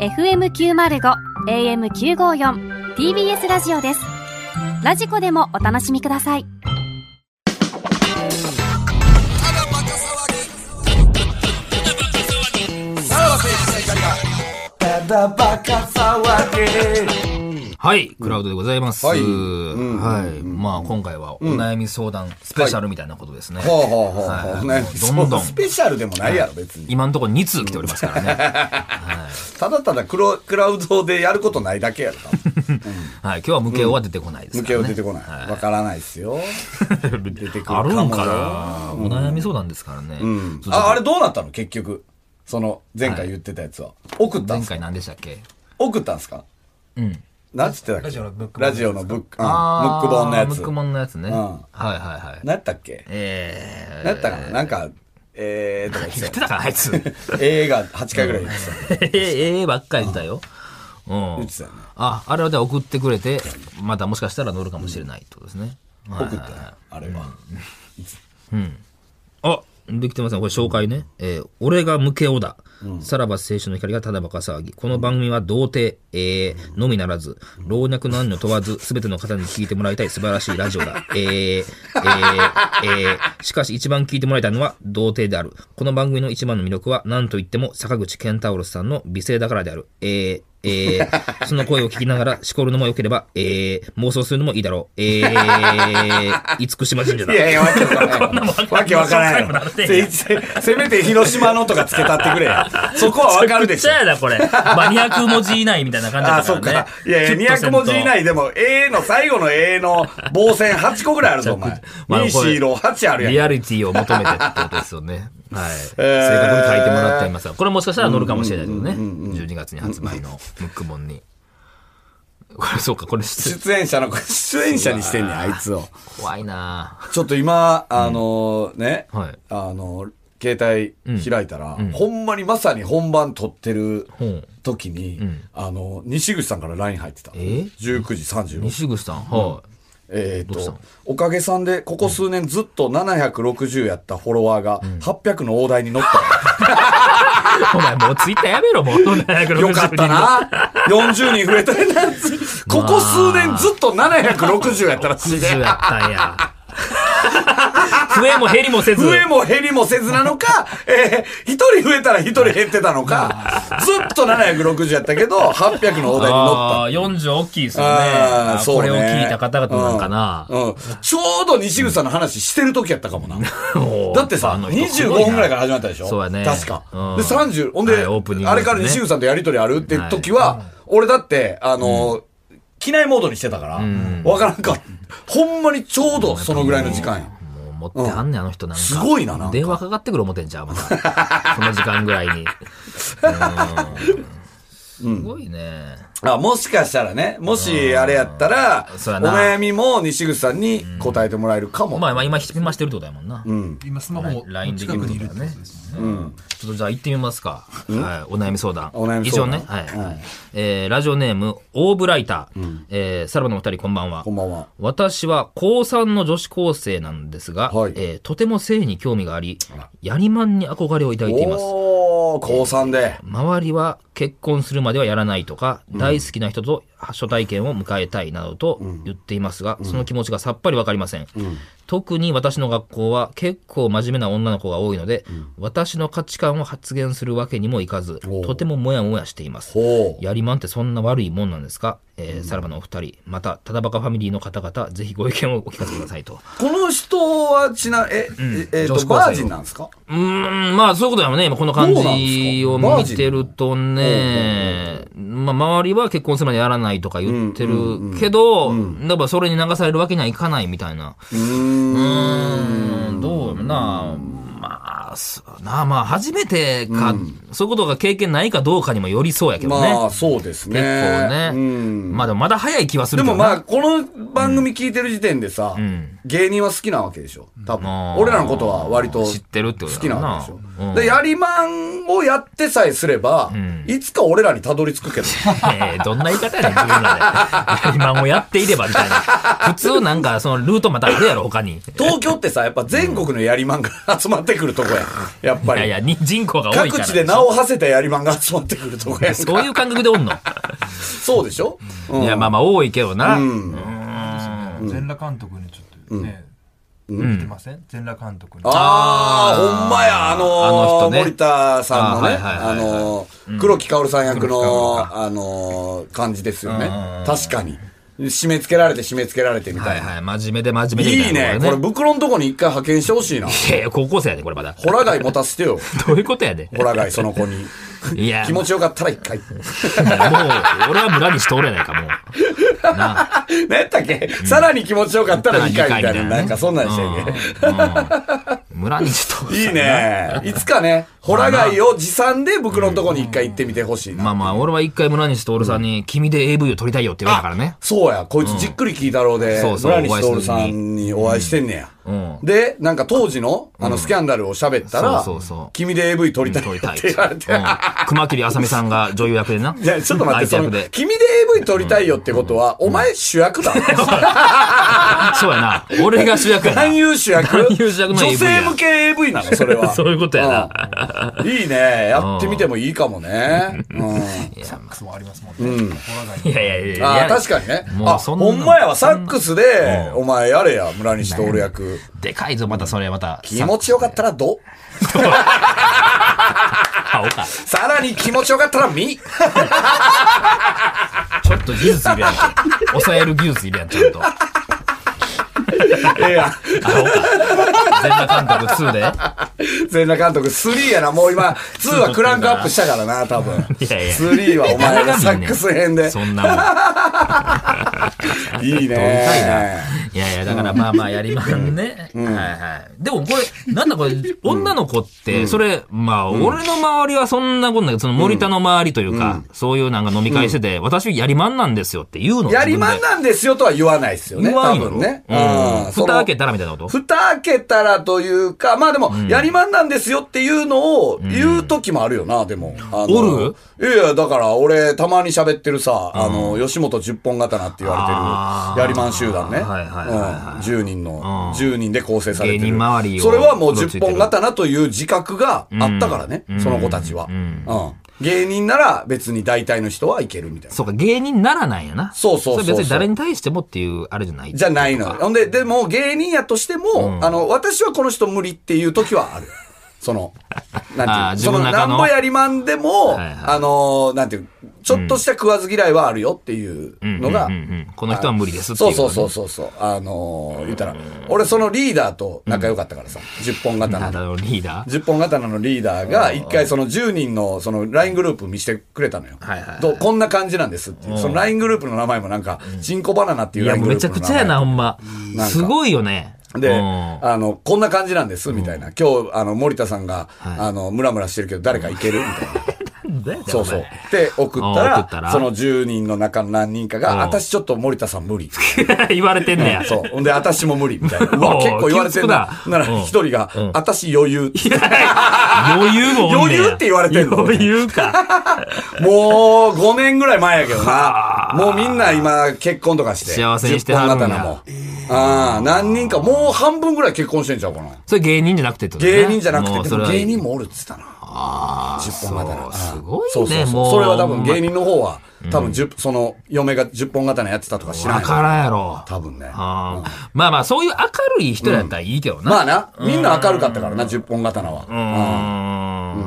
FM905 AM954 TBS ラジオですラジコでもお楽しみくださいただバカ騒げはい、クラウドでございます。ははいい。うんまあ、今回はお悩み相談スペシャルみたいなことですね。ほうほうほうほう、はねいどんどんスペシャルでもないやろ別に今のところ2通来ておりますからね。ただただクロクラウドでやることないだけやろ多分 はい。今日は無形は出てこないです抜かけらね。を出てこないわ、からないっすよ出てくるかもあるよんかなお悩み相談ですからね。うんああれどうなったの結局その前回言ってたやつは、送ったん前すか回何でしたっけ送ったんすかうん。何つってたっけラジオのブックラジオのブック、うん、ムあック本のやムつックモンのやつね。んはいはいはい。何やったっけえ何やったかななんかえーとか言ー。っ言っててたかなあいつ。た 映画8回ぐらい言ってた ええばっかりだよ。うん。言ってたよねあ、あれはで送ってくれて、またもしかしたら乗るかもしれないってことですね。はい送ったよあれは、あできてますね。これ紹介ね。えー俺が無形オだ。さらば青春の光がただバカ騒ぎ。この番組は童貞、えーのみならず、老若男女問わず、すべての方に聞いてもらいたい素晴らしいラジオだ。えーえーえーしかし一番聞いてもらいたいのは童貞である。この番組の一番の魅力は、何と言っても坂口健太郎さんの美声だからである。えーえーその声を聞きながらしこるのも良ければ、えー妄想するのもいいだろう。えー、厳島神社だ。いやいや、わけわ からない。わけわからないわせいせ。せめて広島のとかつけたってく れや。そこはわかるでしょめちゃ。くちゃやだ、こ れ。まあ、200文字以内みたいな感じあだあ、そっからねか。。いやいや、きっと200文字以内でも、A の、最後の A の防線8個ぐらいあるぞ、お前。 まあこれ2、4、6、8あるやん。リアリティを求めてってことですよ ね。はい。正えー確に書いてもらっています。これもしかしたら乗るかもしれないけどね。12月に発売のムック本に。これ、そう か、これ、出演者の、出演者にしてんねん、あいつを。怖いなぁちょっと今、あの、ね、はいあの、携帯開いたら、ほんまにまさに本番撮ってるん時に、あの、西口さんから LINE 入ってた。え19時35分。西口さん、はえー、と、おかげさんで、ここ数年ずっと760やったフォロワーが、800の大台に乗 った。い。お前、もうツイッターやめろ、もう。 よよかった。な。40人増えた よな。ここ数年ずっと760やったらしい60ね。やった んや。増えも減りもせず。増えも減りもせずなのか、 えー、一人増えたら一人減ってたの か、ずっと760やったけど、800の大台に乗った。ああー、40大きいですよね。あーあーこれを聞いた方々なんかな。うんうんちょうど西口さんの話してる時やったかもな。お ーだってさ、あの人す25ごいな分ぐらいから始まったでしょそうやね確か。うんで、30、ほんはで、いオープニングですねあれから西口さんとやりとりあるって時は、俺だって、あの、機内モードにしてたから、わからんかった。ほんまにちょうどそのぐらいの時間や。もう持ってはんねん、あの人なんか。すごいななんか電話かかってくる思てんじゃ ん、また。この時間ぐらいに。うん。すごいね。あもしかしたらね、もしあれやったら、おそうやな悩みも西口さんに答えてもらえるかも。まあまあ今暇してるってことやもんな。うん。今スマホ LINE ので近きるくとにいるかっらてことねです。うん。ちょっとじゃあ行ってみますか。はい。お悩み相談。お悩み相談以上ね。はい。うんえー、ラジオネーム、オーブライター。えー、さらばのお二人こんばんは。こんばんは。私は高3の女子高生なんですが、はいえーとても性に興味があり、やりまんに憧れを抱いています。おー、高3で。周りは結婚するまではやらないとか、大好きな人と初体験を迎えたいなどと言っていますが、その気持ちがさっぱりわかりません,、特に私の学校は結構真面目な女の子が多いので、私の価値観を発言するわけにもいかず、とてもモヤモヤしています。ほう。やりまんってそんな悪いもんなんですか、えーさらばのお二人、また、ただばかファミリーの方々、ぜひご意見をお聞かせくださいと。この人はちな、え、えっ女と、子高生バージンなんですか うーん、まあそういうことだよね。今この感じどうをなん見ですかてるとね、まあ周りは結婚するまでやらないとか言ってるけど、だからそれに流されるわけにはいかないみたいな。うーん。うーん、どうやろな。まあ、そうなあまあ初めてか、そういうことが経験ないかどうかにもよりそうやけどね。まあ、そうですね。結構ね。うん。まあでもまだ早い気はすでるけもどまな。あ、この番組聞いてる時点でさ、ん芸人は好きなわけでしょ。多分あ。ー俺らのことは割と。知ってるってこと好きだなよなわけでしょ。うんで、やりまんをやってさえすれば、いつか俺らにたどり着くけど。えーどんな言い方やねん、自分らで。 今もやっていればみたいな。普通なんか、そのルートまたあるやろ、他に。東京ってさ、やっぱ全国のやりまんが 集まってくるとこややっぱいやいり。や、に人口が多いか各ら。地で名を馳せたやりまんが集まってくるとかやんかそういう感覚でおんの。そうでしょうんいや、まあまあ多いけどな。全裸監督にちょっとね、似てません全裸監督に。ああ、ほんまや、ああののー人ね森田さんのね、あーはいはいあはいはいのー黒木薫さん役黒木薫の、あのー感じですよね。確かに。締め付けられて締め付けられてみたはいいな。はい、真面目で真面目でいみたいいなね。これ、袋のとこに一回派遣してほしいな。いやいや、高校生やね、これまだ。ホラガイ持たせてよ。どういうことやね。ホラガイ、その子に。 いや、気持ちよかったら一回。もう、俺は村にしておれないか、もう。 何やったっけさらに気持ちよかったら二回みたいな。ねなんかそんなんでしたよね。うん村にちょっ と。いいね。いつかね、ホラガイを持参で袋のとこに一回行ってみてほしいな。まあまあ、俺は一回村西徹さんに、君で AV を撮りたいよって言われたからね。そうや、こいつじっくり聞いたろうで、そうそう村西徹さんにお会いしてんねや。うん。で、なんか当時の、あの、スキャンダルを喋ったら、そうそうそう君で AV 撮りたい撮りよたっいて言われて、うん熊切あさみさんが女優役でな。いや、ちょっと待って、そ相手の役で、。君で AV 撮りたいよってことは、お前主役 だ。そうやな。俺が主役やな。男優主役男優主役の AV 女性向け AV なのそれは。 そういうことやうん。いいね。やってみてもいいかもね。うんサックスもありますもんね。ホラガイのいやいやいやいあや。あ、確かにね。もあ、うそんなほんまやわ、サックスで、お前やれや、村西徹役。でかいぞ、またそれ、また。気持ちよかったらどう顔か。さらに気持ちよかったらみちょっと技術いるやんけ。抑える技術いるやん、ちゃんと。ええやん。全裸監督2で。全裸監督3やな。もう今、2はクランクアップしたからな、多分。いやいや。 3はお前がサックス編で。 そんなもん。いいたね。いないやいや、だからまあまあやりまんね。はいはい。でもこれ、なんだこれ、女の子って、それ、まあ、俺の周りはそんなことないけど、その森田の周りというか、そういうなんか飲み会してて、私やりまんなんですよって言うの。やりまんなんですよとは言わないですよ自分でね。言わ多んよ分ね。うん。その蓋開けたらみたいなこと蓋開けたらというか、まあでも、やりまんなんですよっていうのを言う時もあるよな、でも。あのおいやいや、だから俺、たまに喋ってるさ、あの、吉本十本刀って言わあれてーる、やりまん集団ね。うんはいはいはいはい10人の、うん10人で構成されてる。芸人周りをそれはもううろつい十てる本刀という自覚があったからね、その子たちは。うんうん芸人なら別に大体の人はいけるみたいな。そうか、芸人ならないやな。そうそうそうそうれ別に誰に対してもっていう、あれじゃない。じゃないのよ。ほんで、でも芸人やとしても、あの、私はこの人無理っていう時 はある。その、あーなんてい自う、そ分の、の中なのんぼやりまんでも、はいはいあの、なんていう、ちょっとした食わず嫌いはあるよっていうのが、うんうんうんうんこの人は無理ですっていそううことそうね。そうそうそう、あのー言ったら、俺そのリーダーと仲良かったからさ、十10本な刀んの。だろう、リーダー。 10本刀のリーダーが、一回その10人のその LINE グループ見せてくれたのよ。はいはいはいどうこんな感じなんですっていう。その LINE グループの名前もなんか、チンコバナナっていういや、 LINE もグうルめーちプの名前。ゃくちゃやな、ほんまなん。かすごいよね。で、うんあの、こんな感じなんです、みたいな。今日、あの、森田さんが、あの、ムラムラしてるけど、誰かいけるみたい な。そうそう。で、送ったうんら、送ったらその10人の中の何人かが、うん私ちょっと森田さん無理。 言われてんねや。 そう。ほんで、私も無理、みたいな。 うわ、おう結構言われてるな。気をつくななら、うん一人が、私余裕。余裕もおんね余や裕って言われてんの余裕 か。もう、5年ぐらい前やけどな。もうみんな今、結婚とかして。幸せにしてはるんや10本刀も。ああ、何人か、もう半分ぐらい結婚してんちゃうかな。それ芸人じゃなくてってことね芸人じゃなくもうて、でそれもは芸人もおるっつったな。10本刀そうすごいねそうそうそうもうそれは多分芸人の方は、多分10、その嫁が10本刀やってたとか知らなだい。からやろ。多分ね。あーまあまあ、そういう明るい人やったらいいけどな。まあな、みんな明るかったからな、10本刀は。うー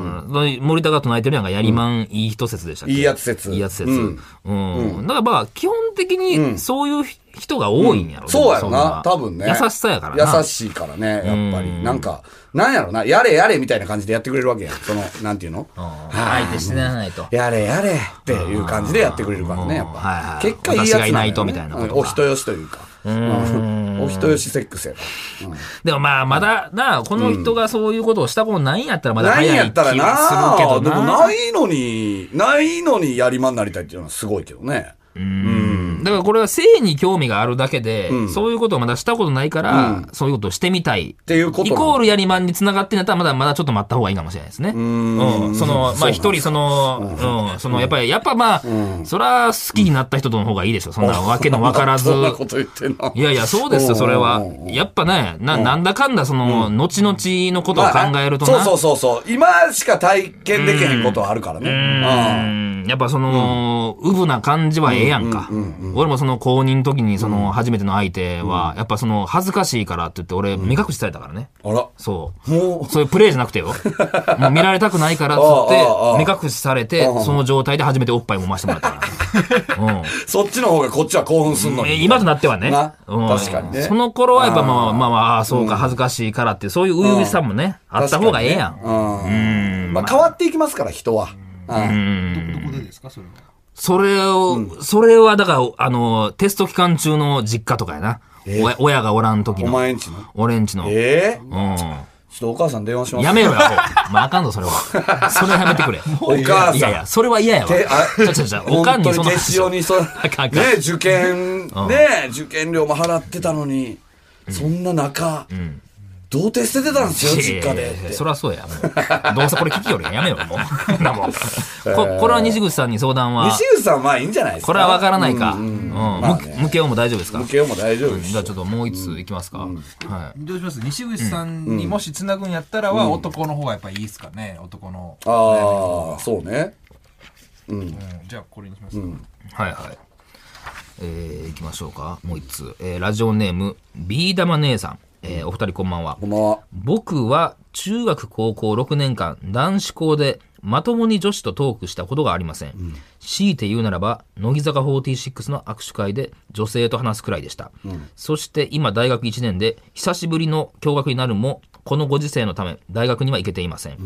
ん森田が唱えてるやんか、やりまんいい人説でしたっけいいやつ説いいやつ説。うんうん。だからまあ、基本的にそういう人が多いんやろ。うんそうやろでもんな、多分ね。優しさやからな。優しいからね、やっぱうり。んなんか、なんやろな、やれやれみたいな感じでやってくれるわけやん。その、なんていうのうん相手してならないと。やれやれっていう感じでやってくれるからね、やっうんはいはぱ。い結果いいやつ私んだよがいねないとみたいなことかうんお人よしというか。うんお人よしセックスやから。でもまあ、まだ、なあ、この人がそういうことをしたことないんやったら、まだな早いんい気やったらはなするけどでな。もないのに、ないのにやりまんなりたいっていうのはすごいけどね。うん。だからこれは性に興味があるだけで、そういうことをまだしたことないから、そういうことをしてみたい。っていうことイコールやりまんにつながってんやったら、まだまだちょっと待った方がいいかもしれないですね。うん。その、まあ一人その、うん、そのやっぱり、やっぱまあ、そら好きになった人との方がいいですよ。そんなわけのわからずそ。んなこと言ってんないやいや、そうですよ、それはうんうん。やっぱね、な、なんだかんだ、その、後々のことを考えるとまあね。なそうそうそうそう。今しか体験できへんことはあるからね。うんうんやっぱその、うぶな感じはええやんか。俺もその公認の時にその初めての相手は、やっぱその恥ずかしいからって言って俺目隠しされたからね。あら。そう。もそういうプレイじゃな くてよ。もう見られたくないからっつああああって、目隠しされて、その状態で初めておっぱいもましてもらったか ら。うんう、そっちの方がこっちは興奮すんのえに。今となってはねな。うん確かにねその頃はやっぱまあまあまあ、そうか、恥ずかしいからって、そういう初々しさもね、あった方がええやん。うん。まあ変わっていきますから、人は。うんどこでですかそれはそれを、それはだから、あの、テスト期間中の実家とかやな。親親がおらん時おの。前んちの。俺んちの。ええうちょっとお母さん電話しまん。す。やめろよ、アホまあ、あかんぞ、それは。それはやめてくれ。 お母さんいやいや、それは嫌やわ。てあちょちょちょ、おかんにその本当に手話塩にそねあかんあかん受験、ね受験料も払ってたのに、そんな中、童貞捨ててたんですよ、実家いやでいやいっやて。そりゃそうや。もうどうせこれ聞きよりや めよ、もう。なもんここれは西口さんに相談は。西口さんはまあいいんじゃないですか。これはわからないか。うん。まあねむ向けようも大丈夫ですか向けようも大丈夫ですじゃあちょっともう一ついきますか。はい。どうします西口さんにもし繋ぐんやったらは男の方がやっぱいいですかね男の、ああ、そうね。うん、じゃあこれにしますか、はいはい。えー、いきましょうか。もう一つ。えー、ラジオネーム、ビー玉姉さん。えー、お二人こんばんはこ。んばんは。僕は中学高校6年間男子校でまともに女子とトークしたことがありません、強いて言うならば乃木坂46の握手会で女性と話すくらいでした、そして今大学1年で久しぶりの共学になるもこのご時世のため大学には行けていません、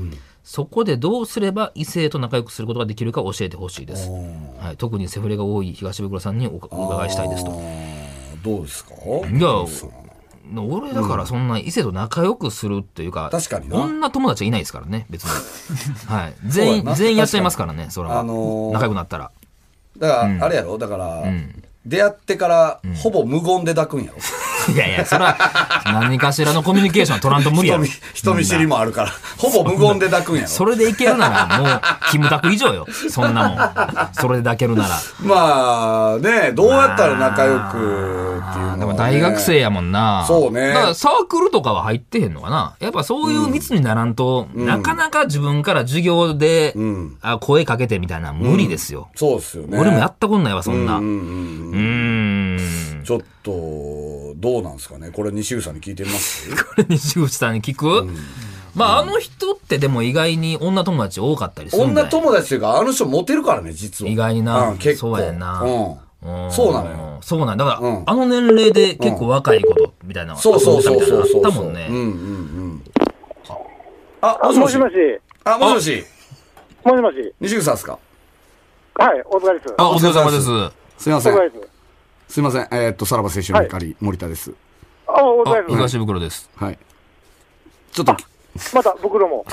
そこでどうすれば異性と仲良くすることができるか教えてほしいです、はい、特にセフレが多い東袋さんにおお伺いしたいですとあーどうですかいや、俺だからそんな異性と仲良くするっていうか、確かにな女友達はいないですから ね、別に。はい。全そうやな員、全員やっちゃいますからね、それは。あのー仲良くなったら。だから、あれやろだから、出会ってから、ほぼ無言で抱くんやろ。いやいや、それは、何かしらのコミュニケーションは取らんと無理や人ろ見。人見知りもあるから、ほぼ無言で抱くんやろ。それでいけるなら、もう、キムタク以上よ。そん なもん。それで抱けるなら。まあね、どうやったら仲良くっていうのは、ね。でも大学生やもんな。そうねだからサークルとかは入ってへんのかな。やっぱそういう密にならんと、なかなか自分から授業で、んあ声かけてみたいな無理ですよ。そうですよね。俺もやったことないわ、そんな。ううん。うんんうんんちょっと、どうなんですかね。これ西口さんに聞いてみます これ西口さんに聞く、まあ、あの人ってでも意外に女友達多かったりするん女だよ。友達というか、あの人モテるからね、実は。意外になうん、結構。そうやなうんんそうなのよ。そうなんだから、うんあの年齢で結構若いことみたいなのがそうそうそうそうそう。あったもんね。うんうんうん。あ、もしももしし。もし、あ、もしもし。もしもし、西口さんですかはい、大塚です。あ、お疲れ様です。すいませ大ん塚。です。すいません。えーっと、さらば青春の光、森田です。あ、大あ塚、で東袋です。はい。ちょっと、す。また、僕らも。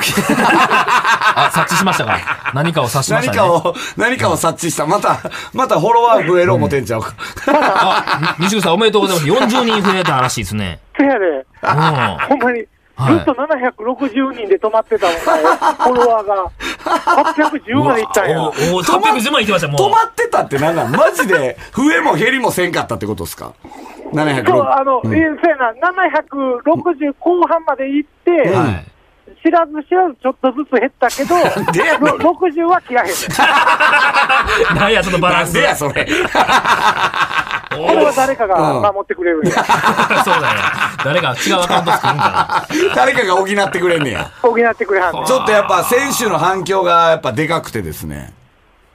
あ、察知しました か何かを察しまし何たね。かを、何かを察知した。また、またフォロワー増えろ思てんちゃうか。あ、西口さんおめでとうございます。40人増えたらしいで すね。せやうで、ん。ほんまに、ずはいっと760人で止まってたもんね、フォロワーが。810までいったんや。お、お、810万いきました、もう。止まってたってなんなんマジで、増えも減りもせんかったってことですかそう、あ ?706。の、え、せやな、760後半まで行って、はい。知らず知らずちょっとずつ減ったけど、でやねんろ60は切らへん。何や、そのバラなンんス。でや、それ。これは誰かうんが守ってくれるんや。そうだよ。誰か違うアカウント作るんか誰かが補ってくれんねや。補ってくれはんねん。ちょっとやっぱ、選手の反響がやっぱでかくてですね。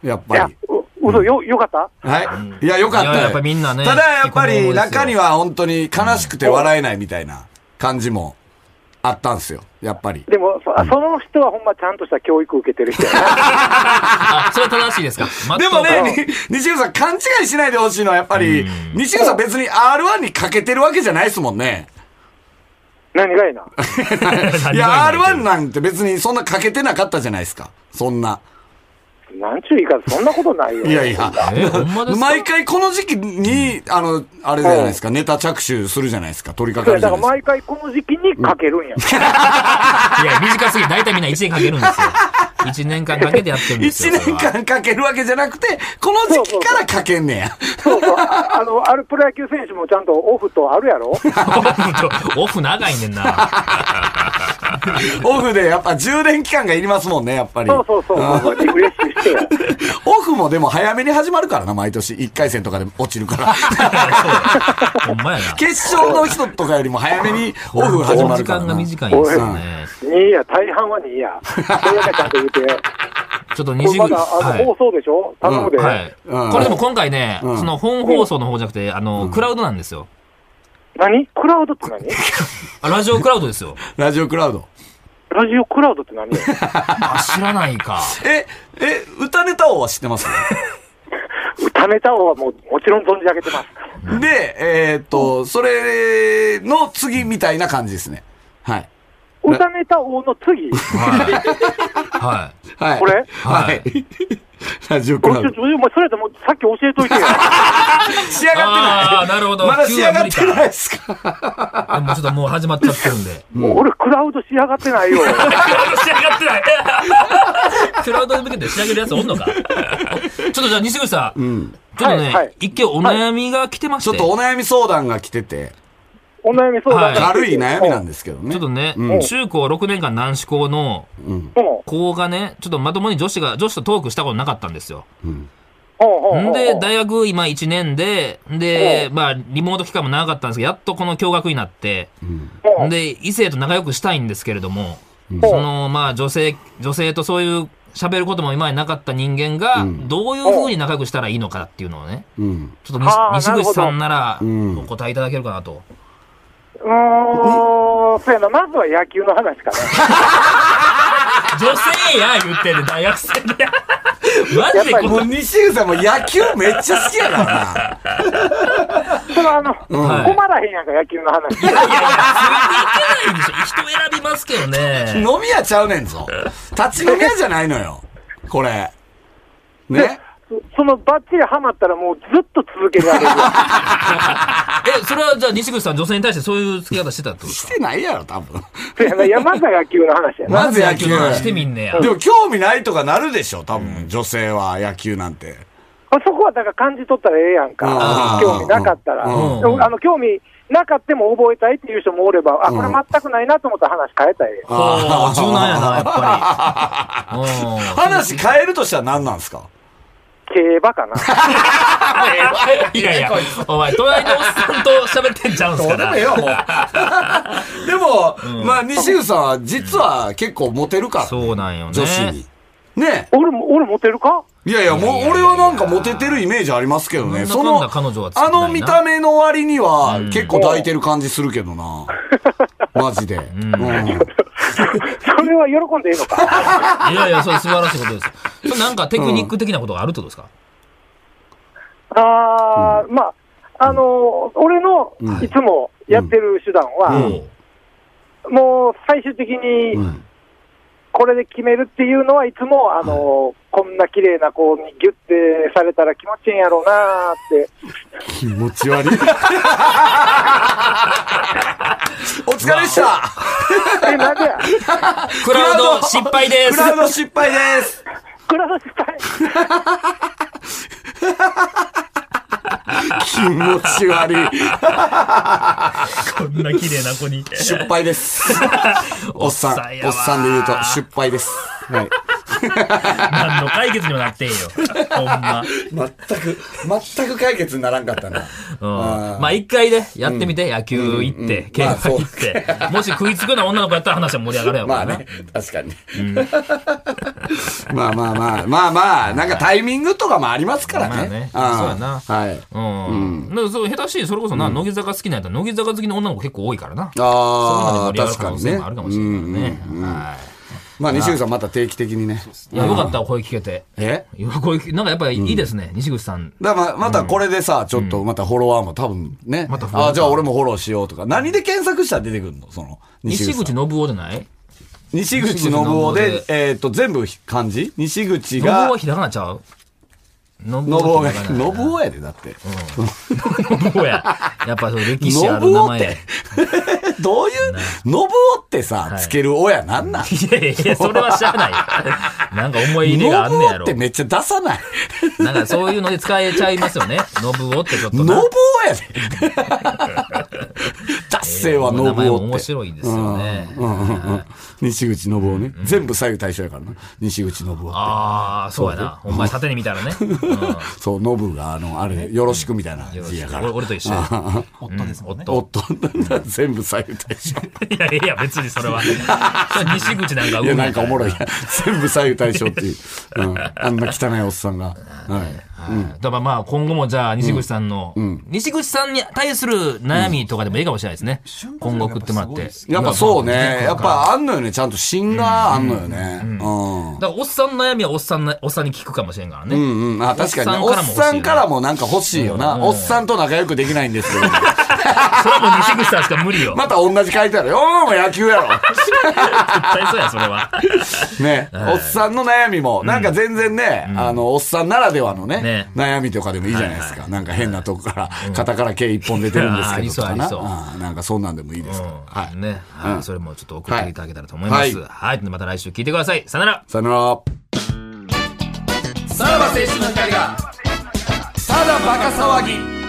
やっいやぱり。、う嘘、よ、よかったはい。いや、よかっいたやよ。やっぱみんなねただやっぱりいい子供ですよ中には本当に悲しくて笑えないみたいな感じもあったんですよ。やっぱり。でもそ、その人はほんまちゃんとした教育を受けてる人やな。な。あ、それは正しいですか。まっとでうもかね、に西口さん勘違いしないでほしいのは、やっぱり、西口さん別に R1 にかけてるわけじゃないですもんね。何がいいな。何がい言や、われて R1 なんて別にそんなかけてなかったじゃないですか。そんな。なんちゅう言い方、そんなことないよ。いやいや。え、ほんまですか毎回この時期に、あの、あれじゃないですか、ネタ着手するじゃないですか、取り掛かそれるじだゃかならいですか。毎回この時期にかけるんや。いや、短すぎて、大体みんな1年かけるんですよ。1年間かけてやってるんです一よ。それ年は間かけるわけじゃなくて、この時期からかけんねや。そうそう。ああの、あるプロ野球選手もちゃんとオフとあるやろオフとオフ長いねんな。オフでやっぱ充電期間がいりますもんね、やっぱり。そうそうそうそう。リフレッシュしてや。 オフもでも早めに始まるからな、毎年。1回戦とかで落ちるから。ほんまやな。決勝の人とかよりも早めにオフ始まる時から間がな。短いんですよね。 2や、大半は2や。それだけちゃんと言 うて。ちょっとこれ西ま口。だあの放送でしょ頼むで。はい。うんこれでも今回ね、うんその本放送の方じゃなくて、あの、クラウドなんですよ。何クラウドって何あラジオクラウドですよ。ラジオクラウド。ラジオクラウドって何よあ、知らないか。え、え、歌ネタ王は知ってます歌ネタ王はもう、もちろん存じ上げてます。で、えーっと、それの次みたいな感じですね。はい。歌ネタ王の次。はい。はい。はい。これはい。 ラジオクこれラちょウド。っとお前それでもうさっき教えといてよ。仕上がっああ、てない。なるほど。まだ仕上がっ急ては無ない理ですかか。でもちょっともう始まっちゃってるんで。俺クラウド仕上がってな いよ。クラウド仕上がってない。 クラウドに向けて仕上げるやつおんのか。ちょっとじゃあ西口さん、ちょっとね、はいはい一見お悩みが来てましちて。ょっとお悩み相談が来てて、お悩み相談。は軽い悩みなんで。ですけどちょねっ。とね、うん中高6年間男子校のうん。うん子がね、ちょっとまともに女子が、女子とトークしたことなかったんですよ。うんうんうんん。で、大学今1年で、で、まあ、リモート期間も長かったんですけど、やっとこの共学になって、うんで、異性と仲良くしたいんですけれども、その、まあ、女性、女性とそういう、喋ることも今までなかった人間が、どういう風に仲良くしたらいいのかっていうのをね、うん。ちょっと西あー西なる口ほどさんなら、うんお答えいただけるかなと。うーん、そうやな。まずは野球の話か な。女性や言ってる、大学生 で。マジでこものう西口さんも野球めっちゃ好きやからそれはあの、はい困らへんやんか、野球の話。いやいや、ついていけないでしょ。人選びますけどな。ね。飲み屋ちゃうねんぞ。立ち飲み屋じゃないのよ。これ。ね。そのバッチリハマったらもうずっと続 けられるよ。え、それはじゃあ西口さん、女性に対してそういう付き方してたってことですしかてないやろ、多分。そうやな。いや、まずは野球の話やな。 まず野球まずの話してみんねや。でも興味ないとかなるでしょ、多分。女性は野球なんて。そこはだから感じ取ったらええやあんか。ー興味なかったら。うんでもあの、興味なかっても覚えたいっていう人もおれば、あ、これうん全くないなと思ったら話変えたらええやん。ああ、柔軟やな、やっぱ り。うん話変えるとしたら何なんですか競 馬かな。いやいや、お前、隣のおっさんと喋ってんちゃうんどすかうでらもええ。よ、もう。 でも、まあ、西口さんは実は結構モテるから、そうなんよね。女子に。ね俺も、俺モテるかいやいや、もう、俺はなんかモテてるイメージありますけどね。そそんなの、彼女はつきたあいなの見た目の割には結構抱いてる感じするけど な。マジで。うん。それは喜んでいいのか。いやいや、それ素晴らしいこと です。それなんかテクニック的なことがあるってことですかあー、まあ、あのー俺のいつもやってる手段おは、うもう最終的にうんこれで決めるっていうのはいつも、あのーこんな綺麗な子にギュッてされたら気持ちいいんやろうなーって。気持ち悪い。 お疲れでした。え、なんでや クラウド失敗ですク。ラウド失敗です。クラウド失敗。気持ち悪い。こんな綺麗な子に。失敗です。 おっさん、おっさんで言うと失敗です。はい。何の解決にもなってんよ。ほんま。全く、全く解決にならんかったな。うんまあ一回ね、やってみて、野球行って、競馬行まあって、もし食いつくような女の子やったら話は盛り上がるやろうまかあらね、確かに。 まあまあまあ、まあまあ、なんかタイミングとかもありますからね。まあねんそうやなはい。な。うん。だからそう、下手しい、それこそな、乃木坂好きなんやったら、乃木坂好きの女の子結構多いからな。ああ、そういうので盛り上がる確可か能に性ね。もあるかもしれないからね。うんうんうんはまあ、西口さんまた定期的にね。い。いや、よかったわ、声聞けて。えいや声聞けなんかやっぱりいいですね、西口さん。だからままたこれでさ、ちょっとまたフォロワーも多分ね。またフォロワーあじゃあ俺もフォローしようとか。何で検索したら出てくるのその、西さん口信夫じゃない西口信夫で、えっと、全部漢字西口信が夫は、ひらがなちゃう信信夫が、信信夫やで、だって。夫や。やっぱそう歴 信史ある名夫っ前や。て。 どういう、信夫ってさ、つける親なんなんいやい やいや、それはしゃあない。なんか思い入信れがあんねや夫ろって。めっちゃ出さ ない。なんかそういうので使えちゃいますよね。信夫ってちょっと信な。夫やで。 達成は信名前も夫面って。白いですよね。西口信夫ね。全部左右対称やからな。西口信夫って。ああ、そうやな。お前縦に見たらね。う そう、ノブが、あの、あれ、よろしくみ たいな字やかん、俺ら。俺 と一緒や。夫ですもんね。夫、 全部左右対称。いやいや、別にそれは。 それは西口なんかい動や、いなんかおもろいや か。全部左右対称っていう。うん。あんな汚いおっさんが。はい。らだからまあ今後もじゃあ西口さんの、西口さんに対する悩みとかでもいいかもしれないですね。今後送ってもらって。やっぱそうね。やっぱあんのよね。ちゃんと芯があんのよね。うん。だからおっさんの悩みはおっさんの、おっさんに聞くかもしれんからね。うんうん。あ、確かにね。おおっっささんんかかららもなんか欲しいよな。おっさんと仲良くできないんですけど。それはもう西口さんしか無 理よ。また同じ書いてあるよ。お前も野球 やろ。絶対そうや、それは。ね。おっさんの悩みも、なんか全然ね、あの、おっさんならではのねね、悩みとかでもいいじゃないですか。なんか変なとこから、肩から毛一本出てるんですけどとかな。あーありそうありうんなんかそんなんでもいいですから。ははいい。。ね。はい。それもちょっと送っていただけたらと思いまはいす。はい。また来週聞いてください。さよなら。さよなら。さらば青春の光が、ただバカ騒ぎ。